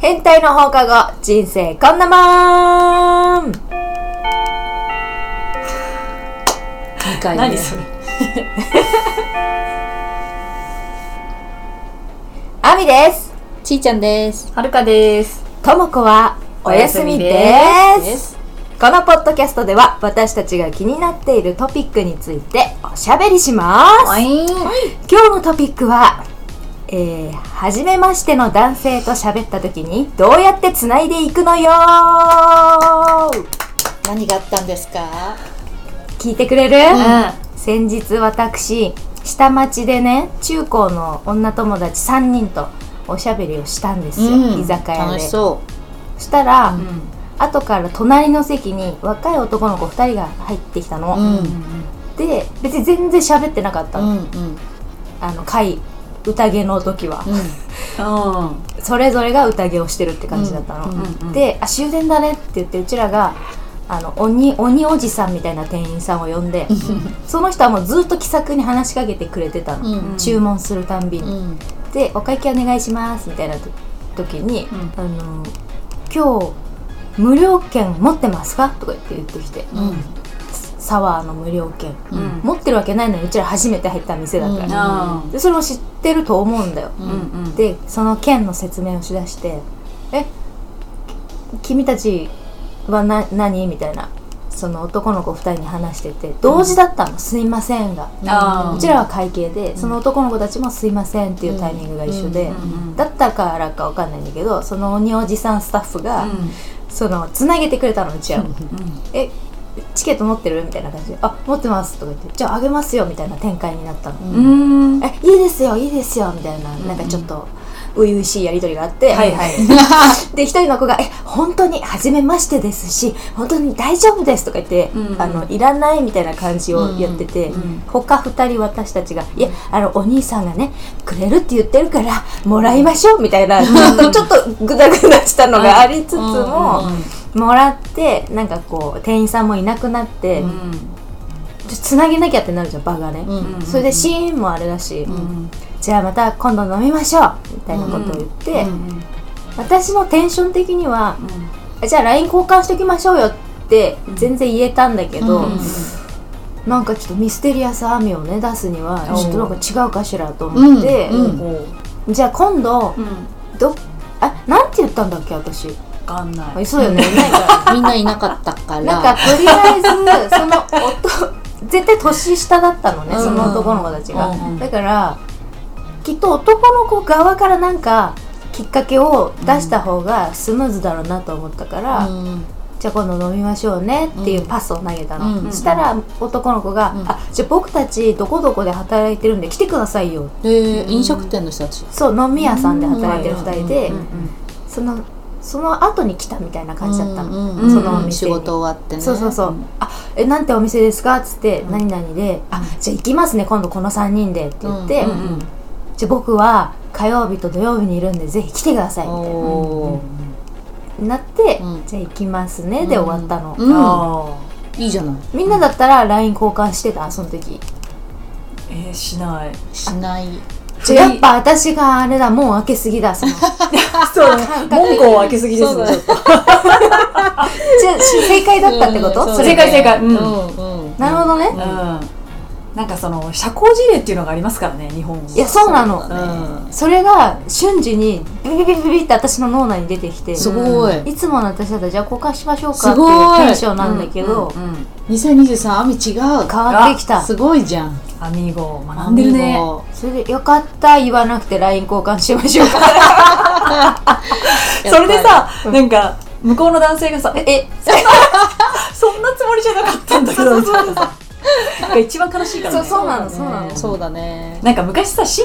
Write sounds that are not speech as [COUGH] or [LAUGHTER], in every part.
変態の放課後人生こんなもん2回目何それあみですちーちゃんです。はるかですともこはお休みですですこのポッドキャストでは私たちが気になっているトピックについておしゃべりします、い。今日のトピックはえー、初めましての男性と喋った時にどうやってつないでいくのよ何があったんですか。聞いてくれる、うん先日私下町でね中高の女友達3人とおしゃべりをしたんですよ、居酒屋で楽しそそしたら、うん後から隣の席に若い男の子2人が入ってきたの、う。うん。で別に全然喋ってなかったうの、んうん。あの会宴の時は、うんそれぞれが宴をしてるって感じだったの、うんうんであ終電だねって言ってうちらがあの鬼鬼おじさんみたいな店員さんを呼ん [LAUGHS] でその人はもうずっと気さくに話しかけてくれてたの、うん注文するたんびうに、ん。でお会計お願いしますみたいなと時に、うあの今日無料券持ってますかとか言って言ってきて、うん。サワーの無料券、うん持ってるわけないのにうちら初めて入った店だから、あでそれを知ってると思うんだよ、ーうんうんでその件の説明をしだして「え君たちはな何?」みたいなその男の子2人に話してて同時だったの「すいませんが」あーうちらは会計で、その男の子たちも「すいません」っていうタイミングが一緒で、うんだったからかわかんないんだけどその鬼おじさんスタッフが、うんそのつなげてくれたのうちらをうん「えチケット持ってる?」みたいな感じで「あ持ってます」とか言って「じゃああげますよ」みたいな展開になったの。うんえいいですよいいですよみたいな、なんかちょっと初々しいやり取りがあって、はいはいで一人の子が「え本当に初めましてですし本当に大丈夫です」とか言って、うんあのいらないみたいな感じをやってて、他二人私たちが「いやあのお兄さんがねくれるって言ってるからもらいましょう」みたいな、ちょっとちょっとグダグダしたのがありつつも、もらってなんかこう店員さんもいなくなって、つなげなきゃってなるじゃん場がね。うん。うんそれでシーンもあれだし、うんじゃあまた今度飲みましょうみたいなことを言って、うん私のテンション的にはじゃあ LINE 交換しときましょうよって全然言えたんだけど、うんなんかちょっとミステリアスアーミーをね出すにはうんちょっとなんか違うかしらと思って、うんうんこじゃあ今度ううんどあなんて言ったんだっけ私わかんなあいそうよねいないかみんないなかったからら。なんかとりあえずその [LAUGHS] 音絶対年下だったのね、うんその男の子たちが、うんだからきっと男の子側からなんかきっかけを出した方がスムーズだろうなと思ったから、うん。じゃあ今度飲みましょうねっていうパスを投げたの、うんしたら男の子が「うんあじゃあ僕たちどこどこで働いてるんで来てくださいよで、飲食店の人たち」。そう飲み屋さんで働いてる2人で、うんそのその後に来たみたいな感じだったの、うんうんそのお店に仕事終わってね。そうそうそう、あえなんてお店ですかっつって、何々で「あじゃあ行きますね今度この3人で」って言って、うんうんじゃあ僕は火曜日と土曜日にいるんでぜひ来てくださいみたいおになって、うんじゃあ行きますねで終わったの、うんあーいいじゃない。みんなだったら LINE 交換してたその時ーえーしないしない。じゃあやっぱ私があれだもう開けすぎだそ [LAUGHS] のそう門戸を開けすぎですねじゃあ正解だったってこと、うそん正れ解正解ううんんうん。なるほどね、うんなんかその社交辞令っていうのがありますからね日本はいやそうなのうんそれが瞬時にビビビビビって私の脳内に出てきてすごい。いつもの私だったらじゃあ交換しましょうかっすごていういテンションなんだけど、うんうんうん2023、網違変わってきたう。すごいじゃん。アミーゴ学んでるね網をそれで「よかった言わなくて LINE 交換しましょうかやっそぱりれでさなんか向こうの男性がさ「え」 [LAUGHS] えそんなつもりじゃなかったんだけどみたいなさなんか一番悲しいからそうねそうなのそうなのそうだね。なんか昔さ新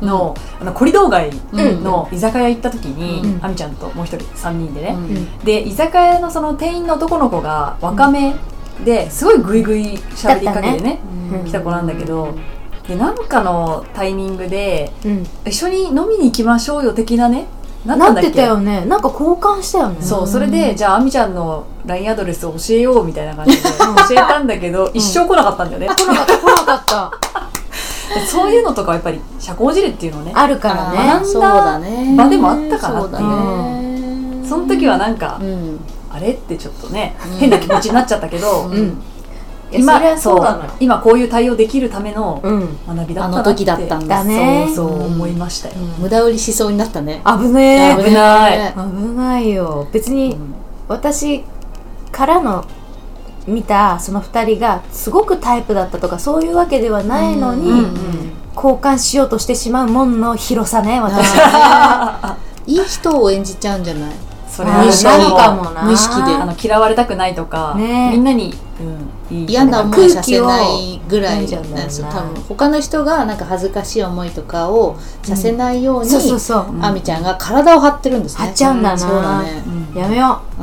橋の,、あのコリドー街うんの居酒屋行った時に、うんあみちゃんともう一人3人でね、うんうんで居酒屋のその店員の男の子が若めですごいグイグイ喋りかけてねうん来た子なんだけどでなんかのタイミングでうん一緒に飲みに行きましょうよ的なねなったなんだっっけてたよねなんか交換したよねそうそれでじゃああみちゃんの LINE アドレスを教えようみたいな感じで教えたんだけど、一生来なかったんだよね、来なかった来なかったそういうのとかはやっぱり社交辞令っていうのを [LAUGHS] ねあるからあーね学んだそうだね場でもあったかなっていういうその時はなんか、うんあれってちょっとねうん変な気持ちになっちゃったけど、ううんん今それはそうなのよそう今こういう対応できるためのうん学びだったあなの時だったんだだねそうそううん思いましたよ、うん無駄売りしそうになったね危ねえ危ない危ないよ別に私からの見たその2人がすごくタイプだったとかそういうわけではないのに、うんうん交換しようとしてしまうもんの広さね私あーいい人を演じちゃうんじゃないそれはあ無意ー識なのかもな無意識であの嫌われたくないとか、ねみんなに、うん、いい人嫌なだ思いさせないぐらい空気をなんですなんじゃ多ない分他の人がなんか恥ずかしい思いとかをさせないように、そうそうそうあみちゃんが体を張ってるんですね張っちゃうんだなそうだねうんやめようん、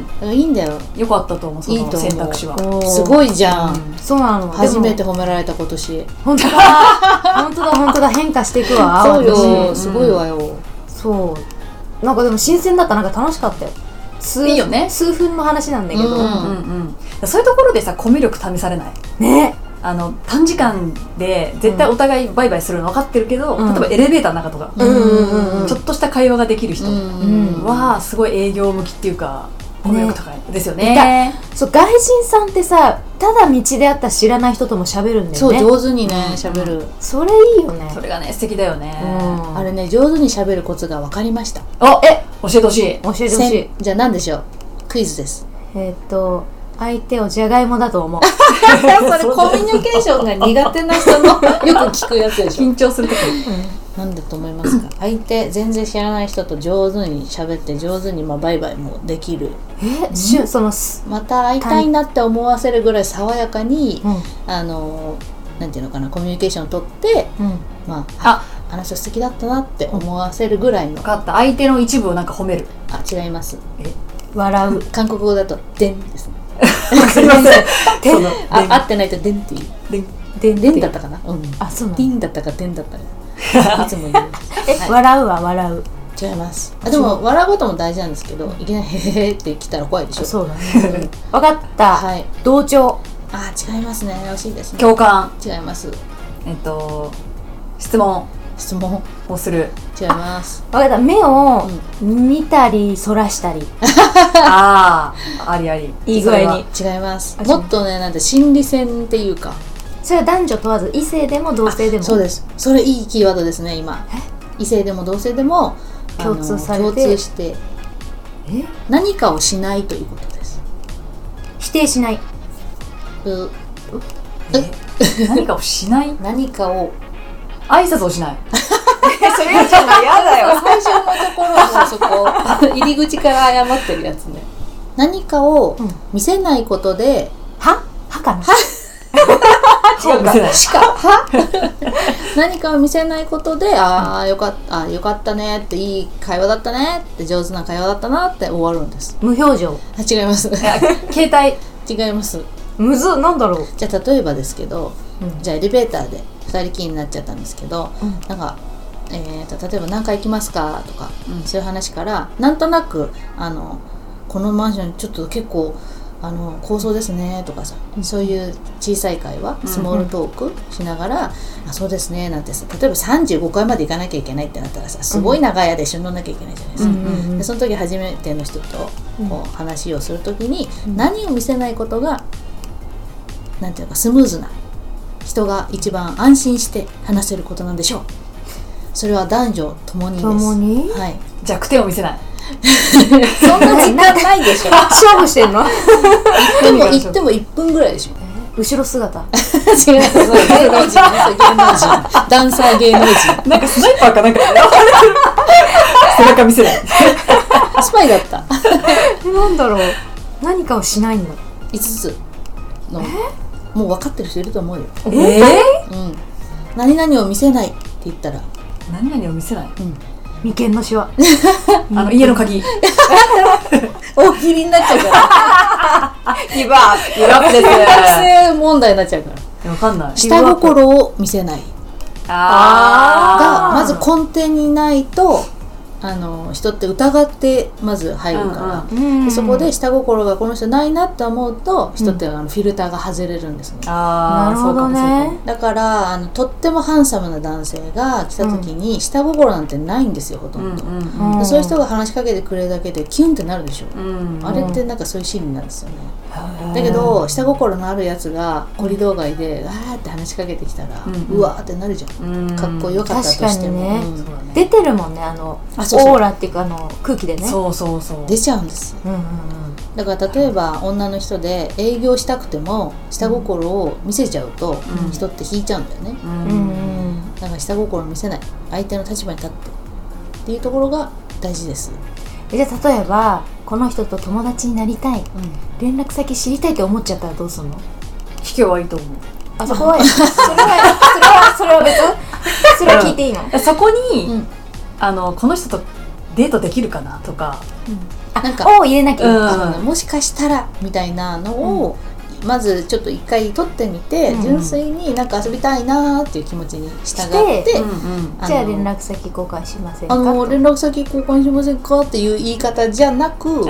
んだからいいんだよよかったと思うそいいのと思う選択肢はうおーすごいじゃん、そうなの初めてでも褒められた今年本当だ本当だ本当だ変化していくわそう私よ、うんすごいわよそうなんかでも新鮮だったなんか楽しかったよ数いいよね数分の話なんだけど、ううんうんうん、そういうところでさコミュ力試されないねあの短時間で絶対お互いバイバイするの分かってるけど、うん例えばエレベーターの中とか、うんうんうんうんちょっとした会話ができる人うんはすごい営業向きっていうかコミュ力高いですよねねそう外人さんってさただ道で会った知らない人とも喋るんだそようね上手にね喋る、それいいよねそれがね素敵だよね、うん、あれね上手に喋るコツが分かりましたあえ教えてほしい教えてほしせいんじゃあ何でしょうクイズです [LAUGHS] えーっ、と相手をじゃがいもだと思うそれコミュニケーションが苦手な人の [LAUGHS] よく聞くやつでしょ緊張するときに何だと思いますか相手全然知らない人と上手に喋って上手にまあバイバイもできるえしゅそのすまた会いたいなって思わせるぐらい爽やかにうんあのなんていうのかなコミュニケーションを取ってうんまあ [LAUGHS] ああの人素敵だったなって思わせるぐらいの分かった相手の一部をなんか褒めるあ違います笑 [LAUGHS] う韓国語だと「でん」ですねすいませんてんあ合ってないと「でん」っていうでん「でん」だったかなうんあそうな「でのん」だったか「でん」だったかいつも言 [LAUGHS] うえ、笑うは笑う違いますあでも笑うことも大事なんですけどいきなり「へへへ」って来たら怖いでしょそうだ [LAUGHS] ね分かった、はい同調あ違いますね惜しいですね共感違いますえっと質問質問を [LAUGHS] する違います分かった目を見たりそらしたり、ああありありいい具合にそれは違いますあもっとねなんて心理戦っていうかそれは男女問わず異性でも同性でもそうですそれいいキーワードですね今異性でも同性でもあの共通されて共通してえ何かをしないということです否定しないうえ何かをしない何かを挨拶をしないそれちょっと嫌だ [LAUGHS] よ最初のところのそ [LAUGHS] こ入り口から謝ってるやつね何かをうん見せないことで、ははかな違うかしか何かを見せないことでああよかったあよかったねっていい会話だったねって上手な会話だったなって終わるんです無表情あ違います携帯違いますむずなんだろうじゃあ例えばですけど、うんじゃあエレベーターで2人きりになっちゃったんですけど、うんなんか、えー、と例えば何回行きますかとか、うんそういう話からなんとなくあのこのマンションちょっと結構あの高層ですねとかさ、そういう小さい会話んスモールトークしながら、あそうですねなんてさ例えば35回まで行かなきゃいけないってなったらさすごい長い間一緒に乗んなきゃいけないじゃないですか。うんうんうんでその時初めての人とこう話をする時に、何を見せないことがなんていうのかスムーズな人が一番安心して話せることなんでしょうそれは男女ともにです共にはい弱点を見せないそんな時間ないでし [LAUGHS] ょ勝負して [LAUGHS] んのでも言っても1分ぐらいでしょ後ろ姿 [LAUGHS] 違うそう芸能人ねそう芸能人ダンサー芸能人なんかスナイパーかなんか背中見せない [LAUGHS] スパイだったえなんだろう何かをしないんだ5つのもう分かってる人いると思うよ、ええうん、何々を見せないって言ったら何々を見せない眉間のシワあの家の鍵大喜利になっちゃうからギブアップギブアップです学生問題になっちゃうからわかんない下心を見せないあがまず根底にないとあの人って疑ってまず入るから、うんうんうんでそこで下心がこの人ないなって思うと人ってあのフィルターが外れるんですね、あなあるほどねだからあのとってもハンサムな男性が来た時に下心なんてないんですよほとうんんど、うんうんでそういう人が話しかけてくれるだけでキュンってなるでしょ、うんあれってなんかそういうシーンなんですよね、だけど下心のあるやつがコリドー街でわーって話しかけてきたら、ううんうんわーってなるじゃんうんかっこよかったとしても、確かにうんそうだね出てるもんねあのあそうそうオーラっていうかあの空気でねそうそうそう出ちゃうんですうんうんうんだから例えば女の人で営業したくても下心を見せちゃうとうん人って引いちゃうんだよね、ううんんうんだから下心を見せない相手の立場に立ってっていうところが大事です、じゃあ例えばこの人と友達になりたい連絡先知りたいって思っちゃったらどうするの聞けばいいと思うあそこはそれはそれはそれは別それは聞いていいのそこに、うんあのこの人とデートできるかなとかなんかを入れなきゃいいのうんかあのねもしかしたらみたいなのを、まずちょっと一回撮ってみて、うん純粋になんか遊びたいなーっていう気持ちに従っしてて、のじゃあ連絡先交換しませんかあのと連絡先交換しませんかっていう言い方じゃなく、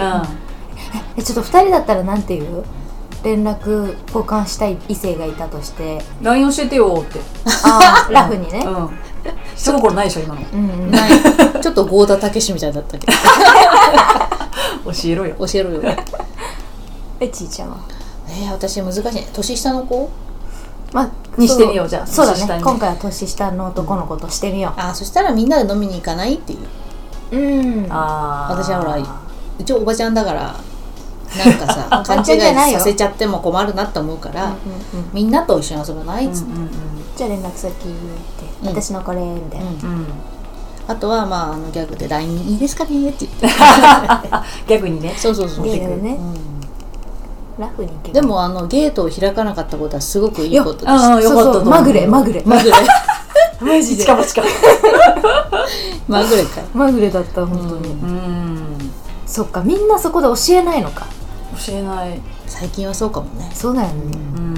えちょっと2人だったらなんて言う連絡交換したい異性がいたとして LINE 教えてよって、あーラフにねうん、下心ないでしょ今のうんうんない [LAUGHS] ちょっと豪田武史みたいだったけど教えろよ教えろよ [LAUGHS] えちいちゃんはえー、私難しい年下の子まあにしてみようじゃあそうだ年下ねに今回は年下の男の子としてみよあーそしたらみんなで飲みに行かないっていうううんあー私はほらうちおばちゃんだからなんかさ勘ばちゃ違んいじゃないよさせちゃっても困るなって思うから、うんうんうんみんなと一緒に遊ばないっつって、うんじゃあ連絡先言って、うん私のこれみたいな、うんうんうん、うん、あとはまああのギャグで LINE いいですかねって言って逆にねそうそうそう、ゲームねうんラフに行けばでもあのゲートを開かなかったことはすごくいいことでああよかったと思うまぐれまぐれすまぐれ [LAUGHS] マしかもしかもまぐれかまぐれだった本当に、うんうんそっかみんなそこで教えないのか教えない最近はそうかもねそうだよね、うん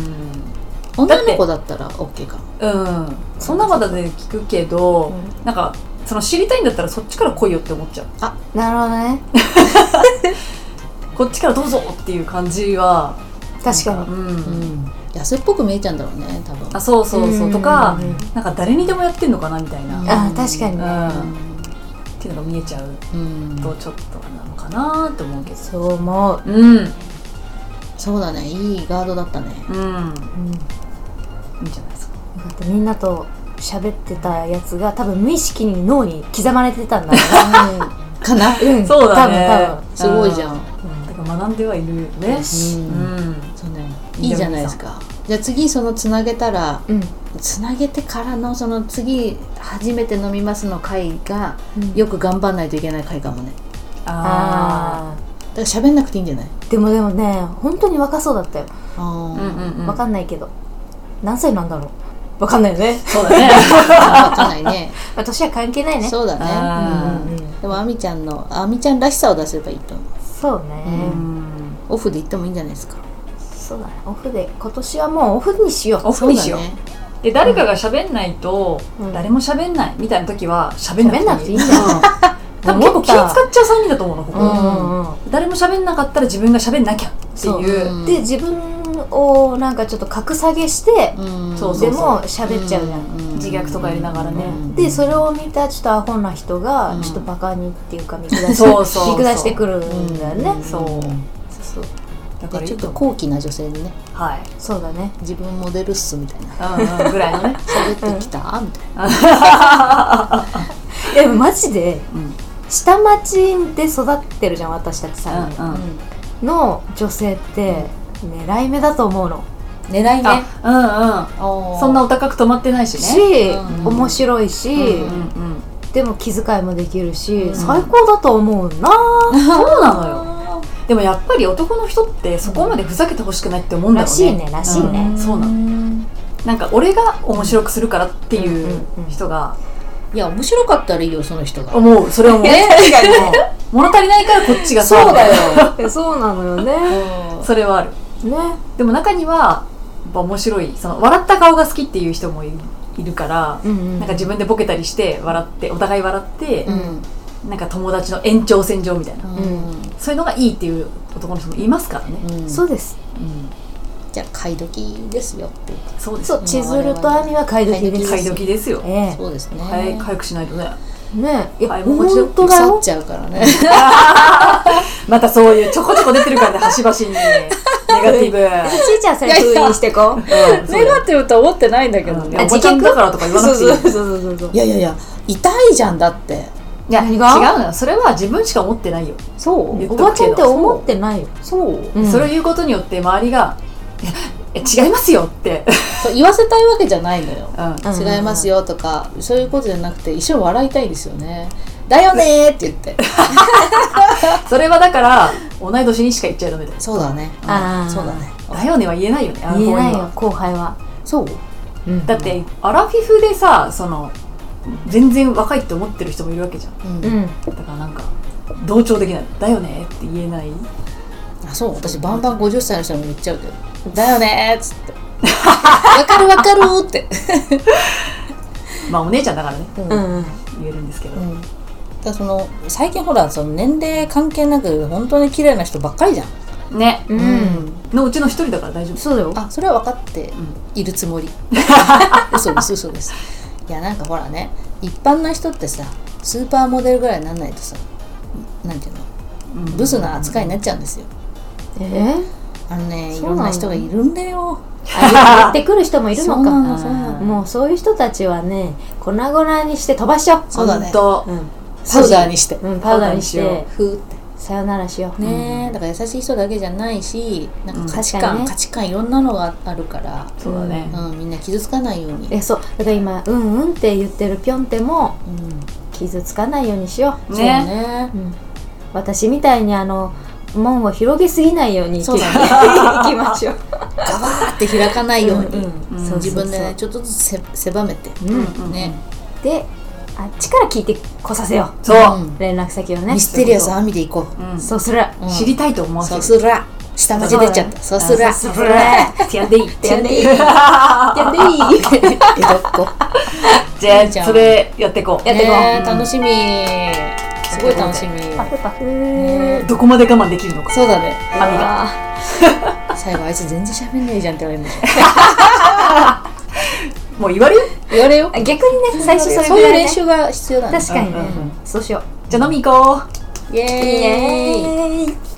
女の子だったら OK かもうんそんなことで聞くけど、なんかその知りたいんだったらそっちから来いよって思っちゃうなるほどねこっちからどうぞっていう感じは確かうにん、うん安っぽく見えちゃうんだろうね多分あそうそうそうとか、うんうんうんなんか誰にでもやってんのかなみたいな、ううんん、あー確かにね、っていうのが見えちゃううんとちょっとなのかなと思うけどそう思う、うんうんそうだねいいガードだったねうん、よいいんじゃないですかかったみんなと喋ってたやつが多分無意識に脳に刻まれてたんだろかな [LAUGHS] うな、ん、そうだね多分すごいじゃん、多分、だから学んではいるよねうんうんそうねいいじゃないですかじゃあ次そのつなげたらうんうんつなげてからのその次初めて飲みますの回がうんよく頑張んないといけない回かもねああだから喋んなくていいんじゃないーでもでもね本当に若そうだったよああー、うんうんわかんないけど何歳なんだろうわかんないよね [LAUGHS] そうだねわかんないねまあ年は関係ないねそうだねあうんうんうんでもあみちゃんのあみちゃんらしさを出せばいいと思うそうね、ーううんオフで行ってもいいんじゃないですかそうだねオフで今年はもうオフにしようオフにしよそうだねうで誰かが喋んないとうん誰も喋んないみたいな時は喋ん喋んななくくてていいいいんうだんよ [LAUGHS] 多分結構気を使っちゃう3人だと思うのこうんこうんうん誰も喋んなかったら自分が喋んなきゃってそういううんで自分をなんかちょっと格下げしてうんそうそうでも喋っちゃうじゃん、ん自虐とかやりながらねうんでそれを見たちょっとアホな人がうんちょっとバカにっていうか見下してそうそうそう見下してくるんだよね、うんそうそうそうだかでらちょっとこ高貴な女性にねうはいそうだね自分モデルっすみたいなうんうんぐらいのね喋ってきた、みたいでもマジでうん下町で育ってるじゃん私たちさ、うんうんな、の女性って狙い目だと思うの、狙いねあうんうんそんなお高く止まってないしねし、うん面白いし、うんうんうんでも気遣いもできるし、ん最高だと思うなそうなのよでもやっぱり男の人ってそこまでふざけてほしくないって思うんだろうねらしいねらしいねうんそうなののなんか俺が面白くするからっていう人がいや面白かったらいいよその人が思うそれはもう確か物足りないからこっちがさよに [LAUGHS] そうなのよねそれはあるねでも中にはやっぱ面白いその笑った顔が好きっていう人もいいるから、うんうんなんか自分でボケたりして笑ってお互い笑って、うんなんか友達の延長線上みたいな、うんそういうのがいいっていう男の人もいますからね、うんそうですじゃあ買い時ですよっていうかそうですそう千鶴と亜美は買い時です買い時ですよ、えそうですねはい回復しないとねえねえいや買い物本当だ腐よっちゃうからねまたそういうちょこちょこ出てるからね端々に [LAUGHS] ネガティブちいちゃんそれ封印してこうネガティブとは思ってないんだけどあねのおばちゃんだからとか言わなそうくていいそうそうそうそういやいやいや痛いじゃんだっていや違何うがのよそれは自分しか思ってないよ、そ言っおとくけどばちゃんって思ってないよそううんそれを言うことによって周りが「いやいや違いますよ」って、そう言わせたいわけじゃないのようんうん違いますよとかそういうことじゃなくて一緒に笑いたいですよねだよねーって言ってそれはだから同い年にしか言っちゃダメだよそうだねうんあーそうだねだよねは言えないよねあの言えない子によは後輩はそううんだってアラフィフでさその全然若いって思ってる人もいるわけじゃんうんうんだからなんか同調できない「だよね」って言えないあそう私バンバン50歳の人にも言っちゃうけど「だよね」っつ [LAUGHS] って「わかるわかる」って、まあお姉ちゃんだからねうんうん言えるんですけど、うんだからその最近ほらその年齢関係なく本当に綺麗な人ばっかりじゃん、ねうん、のうちの一人だから大丈夫そうだよあそれは分かっているつもり、嘘です嘘ですいやなんかほらね一般な人ってさスーパーモデルぐらいになんないとさなんていうのうんブスな扱いになっちゃうんですよえーあのねいそうなのろんな人がいるんだよあ言ってくる人もいるそのうなかのそうなのもうそういう人たちはね粉々にして飛ばしちゃおうそうだねほんとうんパウダーにしてうん、パウダーにしパウダーにてふーってさよならしよう、ねえ、だから優しい人だけじゃないしなんか価値観、うん確かにね価値観いろんなのがあるから、そうだね、うん、みんな傷つかないように、えそうだから今「うんうん」って言ってるぴょんってもうん、傷つかないようにしよそうねねう、うん、私みたいにあの門を広げすぎないように生き,、そうだ [LAUGHS] きましょうガバーって開かないように、んうんそうそうそう自分でねちょっとずつせ狭めて、うんうんうんね、であっちから聞いてこさせよそう、うんう連絡先をねミステリアス網で行こうんそうするう、うん、知りたいと思わせそうるすら下町出ちゃったそうすらそうそれティアデイて [LAUGHS] やんでいい [LAUGHS] じゃやんでい [LAUGHS] い江戸っ子いいじゃあんそれやっていこやってこうねえ楽しみすごい楽しみパフパフうどこまで我慢できるのかそうだねう網がわ最後あいつ全然喋んないじゃんって言われるんでしょもう言われる言われよー逆にね最初そそうれぐいうらい、練ね、習が必要だね確かにね、うんうんうんそうしようじゃあ飲み行こうイエーイイエーイ